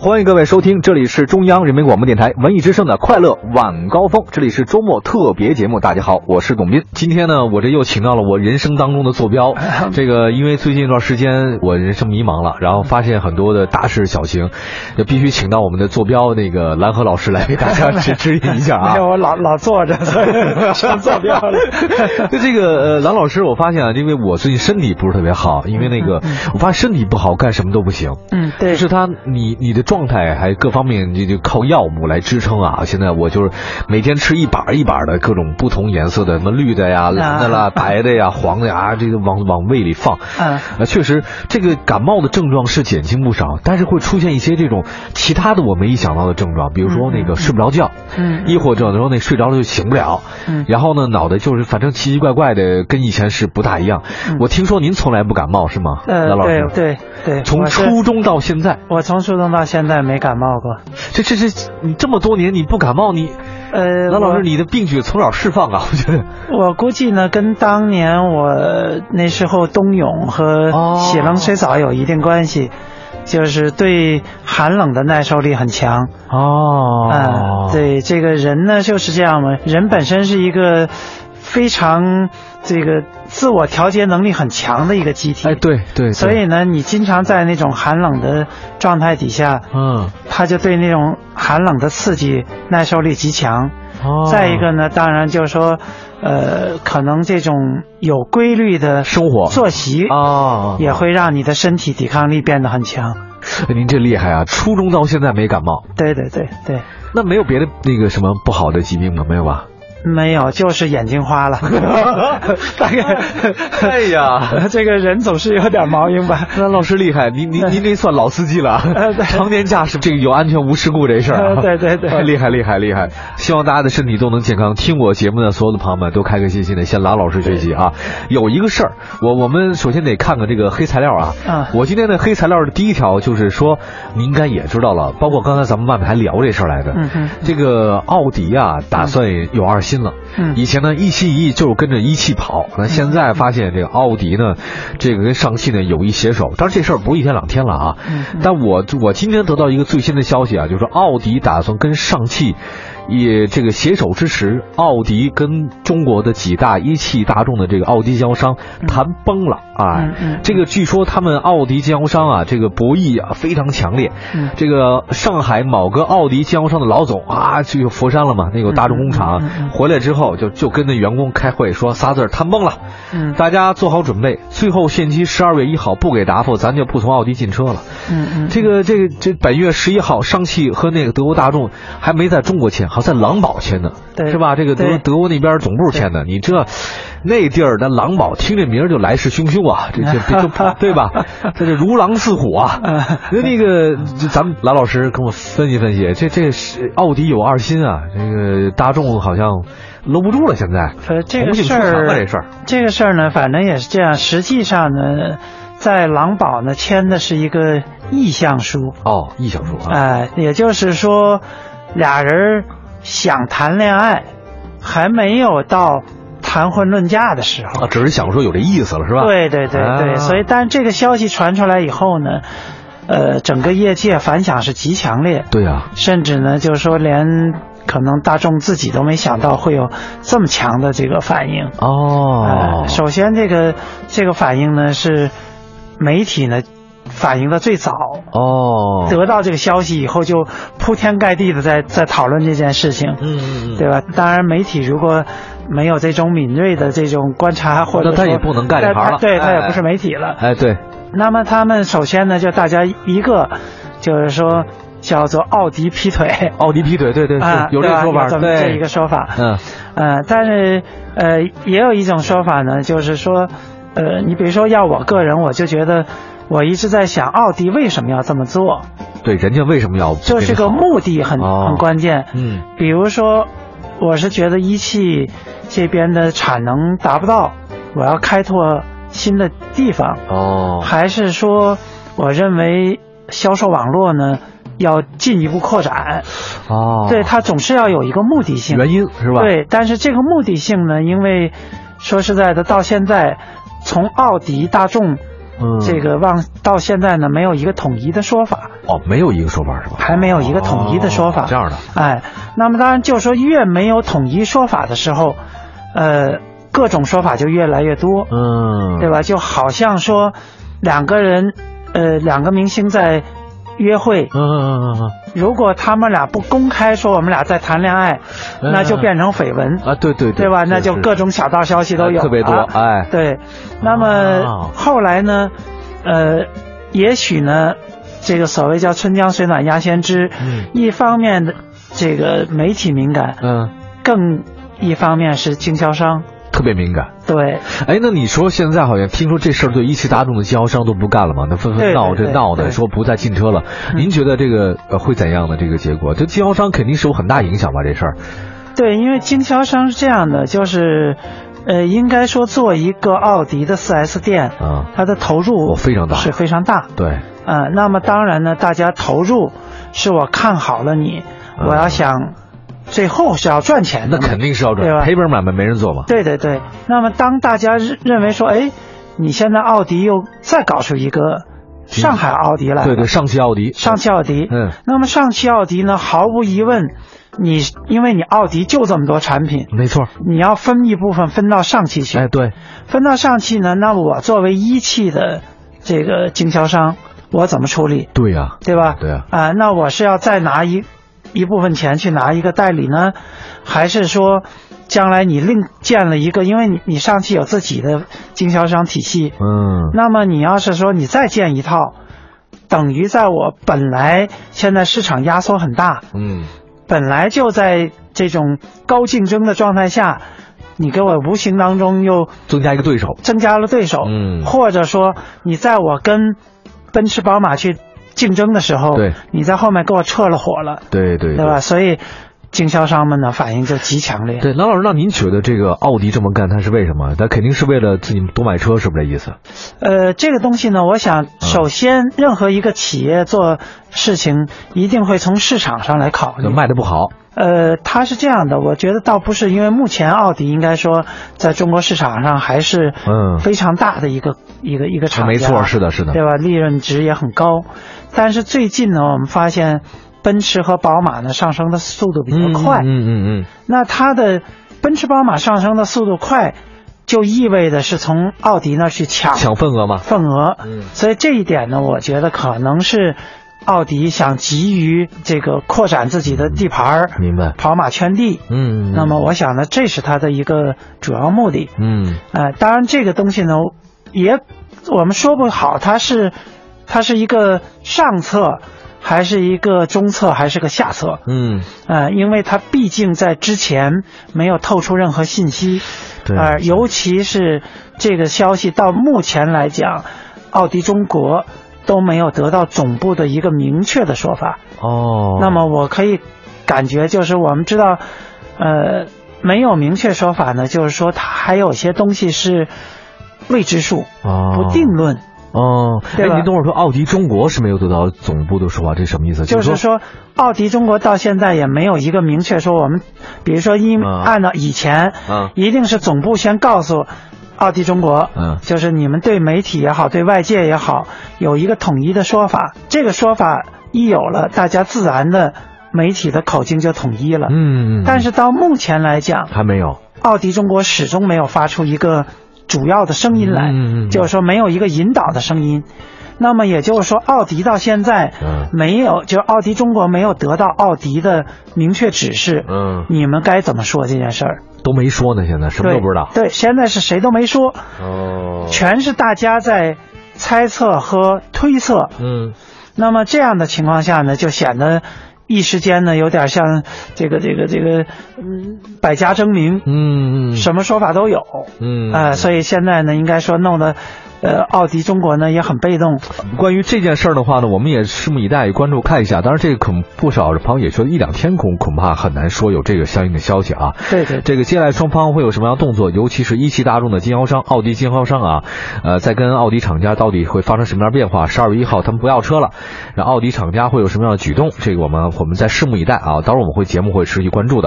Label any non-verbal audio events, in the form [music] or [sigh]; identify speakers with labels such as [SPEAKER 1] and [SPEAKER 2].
[SPEAKER 1] 欢迎各位收听，这里是中央人民广播电台文艺之声的快乐晚高峰，这里是周末特别节目。大家好，我是董斌。今天呢，我这又请到了我人生当中的坐
[SPEAKER 2] [laughs]
[SPEAKER 1] 标。这个因为最近一段时间我人生迷茫了，然后发现很多的大事小情，就必须请到我们的坐标那个呃蓝河老师来为大家指指引一下
[SPEAKER 2] [laughs]
[SPEAKER 1] 啊
[SPEAKER 2] 没。有，我哎老老坐 [laughs] 着，所以上坐标了。
[SPEAKER 1] 就这个呃，蓝老师，我发现啊，因为我最近身体不是特别好，因为那个我发现身体不好，干什么都不行。
[SPEAKER 2] 嗯，对
[SPEAKER 1] 就是他，你你的状态还各方面，你就靠药物来支撑啊。现在我就是每天吃一把一把的各种不同颜色的，什么绿的
[SPEAKER 2] 啊
[SPEAKER 1] 呀、蓝的
[SPEAKER 2] [laughs]
[SPEAKER 1] 啦、白的呀、黄的呀，啊这个往往胃里放。
[SPEAKER 2] 嗯
[SPEAKER 1] 呃，确实，这个感冒的症状是减轻不少，但是会出现一些这种其他的我没意想到的症状，比如说那个睡不着觉，
[SPEAKER 2] 嗯
[SPEAKER 1] 亦或者说那睡着了就醒不了，
[SPEAKER 2] 嗯
[SPEAKER 1] 然后呢脑袋就是反正奇奇怪怪的，跟以前是不大一样。我听说您从来不感冒是吗，
[SPEAKER 2] 嗯呃
[SPEAKER 1] 蓝，老
[SPEAKER 2] 对
[SPEAKER 1] 师？，
[SPEAKER 2] 对对，
[SPEAKER 1] 从
[SPEAKER 2] 我是
[SPEAKER 1] 初中到现在，
[SPEAKER 2] 我从初中到现在没感冒过。
[SPEAKER 1] 这这这，你这么多年你不感冒，你
[SPEAKER 2] 呃，
[SPEAKER 1] 蓝老
[SPEAKER 2] 我
[SPEAKER 1] 师你的病菌从小释放啊，我觉得。
[SPEAKER 2] 我估计呢，跟当年我那时候冬泳
[SPEAKER 1] 哦
[SPEAKER 2] 和洗冷水澡有一定关系，就是对寒冷的耐受力很强。
[SPEAKER 1] 哦 [laughs]
[SPEAKER 2] 啊，，对，这个人呢就是这样嘛，人本身是一个非常这个自我调节能力很强的一个机体。
[SPEAKER 1] 哎，对对，
[SPEAKER 2] 所以呢，你经常在那种寒冷的状态底下，
[SPEAKER 1] 嗯，
[SPEAKER 2] 它就对那种寒冷的刺激耐受力极强。
[SPEAKER 1] 哦
[SPEAKER 2] 再一个呢，当然就是说，呃，可能这种有规律的
[SPEAKER 1] 生活
[SPEAKER 2] 作息
[SPEAKER 1] 啊，
[SPEAKER 2] 也会让你的身体抵抗力变得很强。
[SPEAKER 1] 您这厉害啊，初中到现在没感冒，
[SPEAKER 2] 对对对对，
[SPEAKER 1] 那没有别的那个什么不好的疾病吗？没有
[SPEAKER 2] [laughs]
[SPEAKER 1] 吧？
[SPEAKER 2] 没有，就是眼睛花了。大概，啊
[SPEAKER 1] 哎呀，
[SPEAKER 2] 这个人总是有点毛病吧。
[SPEAKER 1] [laughs] 那老师厉害，您您您这算老司机了
[SPEAKER 2] [laughs] 呃，对
[SPEAKER 1] 常年驾驶这个有安全无事故这事儿啊，
[SPEAKER 2] 呃对对对
[SPEAKER 1] 啊厉害厉害厉害！希望大家的身体都能健康。听我节目的所有的朋友们都开开心心的，向郎老师学习啊。有一个事儿，我我们首先得看看这个黑材料
[SPEAKER 2] [laughs]
[SPEAKER 1] 啊。
[SPEAKER 2] 嗯
[SPEAKER 1] 我今天的黑材料的第一条就是说，你应该也知道了，包括刚才咱们外面还聊这事儿来的。
[SPEAKER 2] 嗯哼
[SPEAKER 1] 这个奥迪啊，打算有二心了。
[SPEAKER 2] 嗯
[SPEAKER 1] 以前呢，一心一意就是跟着一汽跑，那现在发现这个奥迪呢，这个跟上汽呢有意携手。当然这事儿不是一天两天了啊，
[SPEAKER 2] 嗯嗯
[SPEAKER 1] 但我我今天得到一个最新的消息啊，就是奥迪打算跟上汽也这个携手支持奥迪跟中国的几大一汽大众的这个奥迪经销商谈崩了啊。
[SPEAKER 2] 嗯嗯
[SPEAKER 1] 这个据说他们奥迪经销商啊，这个博弈啊非常强烈。
[SPEAKER 2] 嗯
[SPEAKER 1] 这个上海某个奥迪经销商的老总啊，去佛山了嘛，那个大众工厂、
[SPEAKER 2] 嗯嗯嗯嗯
[SPEAKER 1] 回来之后就就跟那员工开会说仨字儿谈崩了，
[SPEAKER 2] 嗯
[SPEAKER 1] 大家做好准备，最后限期十二月一号不给答复，咱就不从奥迪进车了。
[SPEAKER 2] 嗯嗯，
[SPEAKER 1] 这个这个这本月十一号，上汽和那个德国大众还没在中国签，好像在狼堡签的，
[SPEAKER 2] 对
[SPEAKER 1] 是吧？这个德
[SPEAKER 2] 对
[SPEAKER 1] 德国那边总部签的，你这那地儿那狼堡，听这名儿就来势汹汹啊，这这这
[SPEAKER 2] [laughs]
[SPEAKER 1] 这对吧？这是如狼似虎啊
[SPEAKER 2] 嗯！
[SPEAKER 1] 那那个就咱们蓝老师跟我分析分析，这这是奥迪有二心啊，这个大众好像搂不住了，现在
[SPEAKER 2] 呃，这
[SPEAKER 1] 同
[SPEAKER 2] 个
[SPEAKER 1] 情
[SPEAKER 2] 事
[SPEAKER 1] 出场吧，
[SPEAKER 2] 儿，
[SPEAKER 1] 这事儿。
[SPEAKER 2] 这个事儿呢，反正也是这样。实际上呢，在狼堡呢签的是一个意向书，
[SPEAKER 1] 哦，一小说啊，
[SPEAKER 2] 哎、也就是说，俩人想谈恋爱，还没有到谈婚论嫁的时候。
[SPEAKER 1] 啊，只是想说有这意思了，是吧？
[SPEAKER 2] 对对对对，
[SPEAKER 1] 啊
[SPEAKER 2] 所以但这个消息传出来以后呢，呃，整个业界反响是极强烈，
[SPEAKER 1] 对呀、
[SPEAKER 2] 甚至呢，就是说连可能大众自己都没想到会有这么强的这个反应。
[SPEAKER 1] 哦
[SPEAKER 2] 呃，首先这个这个反应呢是媒体呢反应的最早，
[SPEAKER 1] 哦，
[SPEAKER 2] 得到这个消息以后就铺天盖地的在在讨论这件事情，
[SPEAKER 1] 嗯嗯嗯，
[SPEAKER 2] 对吧？当然，媒体如果没有这种敏锐的这种观察，或
[SPEAKER 1] 哦
[SPEAKER 2] 者
[SPEAKER 1] 那他
[SPEAKER 2] 说
[SPEAKER 1] 也不能干这
[SPEAKER 2] 他
[SPEAKER 1] 行了
[SPEAKER 2] 对他
[SPEAKER 1] 哎
[SPEAKER 2] 也不是媒体了。
[SPEAKER 1] 哎，对，
[SPEAKER 2] 那么他们首先呢，就大家一个就是说叫做奥迪劈腿。
[SPEAKER 1] 奥迪劈腿，对对
[SPEAKER 2] 啊
[SPEAKER 1] 是，有这
[SPEAKER 2] 对
[SPEAKER 1] 个
[SPEAKER 2] 吧
[SPEAKER 1] 说法，
[SPEAKER 2] 有这么这一
[SPEAKER 1] 对
[SPEAKER 2] 个，说法，
[SPEAKER 1] 嗯，
[SPEAKER 2] 呃，但是呃，也有一种说法呢，就是说，呃，你比如说要我个人，我就觉得我一直在想，奥迪为什么要这么做，
[SPEAKER 1] 对，人家为什么要
[SPEAKER 2] 就
[SPEAKER 1] 给
[SPEAKER 2] 是
[SPEAKER 1] 你
[SPEAKER 2] 个
[SPEAKER 1] 好，
[SPEAKER 2] 目的很、
[SPEAKER 1] 哦
[SPEAKER 2] 很关键。
[SPEAKER 1] 嗯，
[SPEAKER 2] 比如说，我是觉得一汽这边的产能达不到，我要开拓新的地方，
[SPEAKER 1] 哦，
[SPEAKER 2] 还是说，我认为销售网络呢要进一步扩展，
[SPEAKER 1] 哦，
[SPEAKER 2] 对，它总是要有一个目的性。
[SPEAKER 1] 原因是吧？，
[SPEAKER 2] 对，但是这个目的性呢，因为说实在的，到现在从奥迪、大众
[SPEAKER 1] 嗯
[SPEAKER 2] 这个往到现在呢，没有一个统一的说法，
[SPEAKER 1] 哦，没有一个说法是吧？
[SPEAKER 2] 还没有一个统一的说法。
[SPEAKER 1] 哦这样的，
[SPEAKER 2] 哎，那么当然就说越没有统一说法的时候，呃，各种说法就越来越多，
[SPEAKER 1] 嗯，
[SPEAKER 2] 对
[SPEAKER 1] 吧？
[SPEAKER 2] 吧？就好像说两个人，呃，两个明星在约会，
[SPEAKER 1] 嗯嗯嗯嗯
[SPEAKER 2] 如果他们俩不公开说我们俩在谈恋爱，
[SPEAKER 1] 嗯
[SPEAKER 2] 那就变成绯闻
[SPEAKER 1] 嗯，，啊，对对
[SPEAKER 2] 对吧？那就是各种小道消息都有，
[SPEAKER 1] 呃特别多，
[SPEAKER 2] 啊
[SPEAKER 1] 哎，
[SPEAKER 2] 对，那么
[SPEAKER 1] 哦
[SPEAKER 2] 后来呢，呃，也许呢，这个所谓叫“春江水暖鸭先知”，
[SPEAKER 1] 嗯
[SPEAKER 2] 一方面的这个媒体敏感，
[SPEAKER 1] 嗯，
[SPEAKER 2] 更一方面是经销商。
[SPEAKER 1] 特别敏感。
[SPEAKER 2] 对，
[SPEAKER 1] 哎，那你说现在好像听说这事儿对一汽大众的经销商都不干了嘛？那纷
[SPEAKER 2] 对
[SPEAKER 1] 纷
[SPEAKER 2] 对
[SPEAKER 1] 闹
[SPEAKER 2] 对
[SPEAKER 1] 这闹的，
[SPEAKER 2] 对嗯
[SPEAKER 1] 说不再进车了。您觉得这个呃会怎样的这个结果？这经销商肯定是有很大影响吧？这事儿，
[SPEAKER 2] 对，因为经销商是这样的，就是，呃，应该说做一个奥迪的 4S 店，
[SPEAKER 1] 嗯
[SPEAKER 2] 它的投入
[SPEAKER 1] 我非常大
[SPEAKER 2] 是非常大。
[SPEAKER 1] 对，
[SPEAKER 2] 呃，那么当然呢，大家投入是我看好了你，
[SPEAKER 1] 嗯
[SPEAKER 2] 我要想最后是要赚钱的
[SPEAKER 1] 哎那
[SPEAKER 2] 嘛，
[SPEAKER 1] 肯定是要
[SPEAKER 2] 对吧
[SPEAKER 1] 赚，赔本买卖没人做嘛。
[SPEAKER 2] 对对对。那么当大家认认为说，哎，你现在奥迪又再搞出一个上海奥迪来了，
[SPEAKER 1] 对对，上汽奥迪，
[SPEAKER 2] 上汽奥迪，
[SPEAKER 1] 嗯，
[SPEAKER 2] 那么上汽奥迪呢，毫无疑问，你因为你奥迪就这么多产品。
[SPEAKER 1] 没错儿，
[SPEAKER 2] 你要分一部分分到上汽去，
[SPEAKER 1] 哎，对，
[SPEAKER 2] 分到上汽呢，那我作为一汽的这个经销商，我怎么处理，
[SPEAKER 1] 对呀，
[SPEAKER 2] 对吧？
[SPEAKER 1] 对呀，
[SPEAKER 2] 啊、那我是要再拿一一部分钱去拿一个代理呢，还是说将来你另建了一个，因为你你上汽有自己的经销商体系，
[SPEAKER 1] 嗯，
[SPEAKER 2] 那么你要是说你再建一套，等于在我本来现在市场压缩很大，
[SPEAKER 1] 嗯，
[SPEAKER 2] 本来就在这种高竞争的状态下，你给我无形当中又
[SPEAKER 1] 增加一个对手，
[SPEAKER 2] 增加了对手，
[SPEAKER 1] 嗯
[SPEAKER 2] 或者说你在我跟奔驰、宝马去竞争的时候，
[SPEAKER 1] 对，
[SPEAKER 2] 你在后面给我撤了火了，
[SPEAKER 1] 对对
[SPEAKER 2] 对吧？所以经销商们呢反应就极强烈。
[SPEAKER 1] 对，郎老师，那您觉得这个奥迪这么干，他是为什么？他肯定是为了自己多买车，是不是这意思？
[SPEAKER 2] 呃，这个东西呢，我想首先任何一个企业做事情一定会从市场上来考虑
[SPEAKER 1] 就。卖的不好，
[SPEAKER 2] 呃，它是这样的，我觉得倒不是因为目前奥迪应该说在中国市场上还是
[SPEAKER 1] 嗯
[SPEAKER 2] 非常大的一个、一个一个厂家，
[SPEAKER 1] 没错，是的，是的，
[SPEAKER 2] 对吧？利润值也很高，但是最近呢，我们发现奔驰和宝马呢上升的速度比
[SPEAKER 1] 嗯
[SPEAKER 2] 较快，
[SPEAKER 1] 嗯嗯嗯
[SPEAKER 2] 那它的奔驰、宝马上升的速度快，就意味着是从奥迪那儿去
[SPEAKER 1] 嗯，
[SPEAKER 2] 抢
[SPEAKER 1] 抢份额嘛，
[SPEAKER 2] 份额，
[SPEAKER 1] 嗯
[SPEAKER 2] 所以这一点呢，我觉得可能是奥迪想急于这个扩展自己的地盘儿，
[SPEAKER 1] 明白？
[SPEAKER 2] 跑马圈地。
[SPEAKER 1] 嗯，
[SPEAKER 2] 那么我想呢，这是它的一个主要目的。
[SPEAKER 1] 嗯，
[SPEAKER 2] 呃，当然这个东西呢，也我们说不好，它是它是一个上策，还是一个中策，还是个下策？
[SPEAKER 1] 嗯嗯，
[SPEAKER 2] 呃，因为它毕竟在之前没有透出任何信息，
[SPEAKER 1] 对
[SPEAKER 2] 呃，尤其是这个消息到目前来讲，奥迪中国都没有得到总部的一个明确的说法。
[SPEAKER 1] 哦，
[SPEAKER 2] 那么我可以感觉就是我们知道，呃，没有明确说法呢，就是说它还有些东西是未知数、
[SPEAKER 1] 哦
[SPEAKER 2] 不定论，
[SPEAKER 1] 哦，
[SPEAKER 2] 对
[SPEAKER 1] 哎，
[SPEAKER 2] 吧
[SPEAKER 1] 您等会儿说奥迪中国是没有得到总部的说法，这什么意思？
[SPEAKER 2] 就是
[SPEAKER 1] 说，
[SPEAKER 2] 说奥迪中国到现在也没有一个明确说我们，比如说因、
[SPEAKER 1] 啊
[SPEAKER 2] 按照以前，
[SPEAKER 1] 嗯
[SPEAKER 2] 一定是总部先告诉。奥迪中国，
[SPEAKER 1] 嗯
[SPEAKER 2] 就是你们对媒体也好，对外界也好，有一个统一的说法。这个说法一有了，大家自然的媒体的口径就统一了。
[SPEAKER 1] 嗯，嗯
[SPEAKER 2] 但是到目前来讲，
[SPEAKER 1] 还没有，
[SPEAKER 2] 奥迪中国始终没有发出一个主要的声音来，
[SPEAKER 1] 嗯嗯嗯
[SPEAKER 2] 就是说没有一个引导的声音。那么也就是说，奥迪到现在
[SPEAKER 1] 嗯
[SPEAKER 2] 没有，就是奥迪中国没有得到奥迪的明确指示，
[SPEAKER 1] 嗯，
[SPEAKER 2] 你们该怎么说这件事儿？
[SPEAKER 1] 都没说呢，现在什么
[SPEAKER 2] 对
[SPEAKER 1] 都不知道。
[SPEAKER 2] 对，现在是谁都没说，
[SPEAKER 1] 哦
[SPEAKER 2] 全是大家在猜测和推测。
[SPEAKER 1] 嗯，
[SPEAKER 2] 那么这样的情况下呢，就显得一时间呢有点像这个这个这个，嗯，百家争鸣，
[SPEAKER 1] 嗯嗯，
[SPEAKER 2] 什么说法都有。
[SPEAKER 1] 嗯
[SPEAKER 2] 呃，所以现在呢，应该说弄得，呃，奥迪中国呢也很被动。
[SPEAKER 1] 关于这件事儿的话呢，我们也拭目以待，关注看一下。当然，这个恐不少朋友也说一两天恐恐怕很难说有这个相应的消息啊。
[SPEAKER 2] 对对对，
[SPEAKER 1] 这个接下来双方会有什么样的动作？尤其是一汽大众的经销商奥迪经销商啊，呃，在跟奥迪厂家到底会发生什么样的变化？十二月一号他们不要车了，然后奥迪厂家会有什么样的举动？这个我们我们再拭目以待啊。当然我们会节目会持续关注的。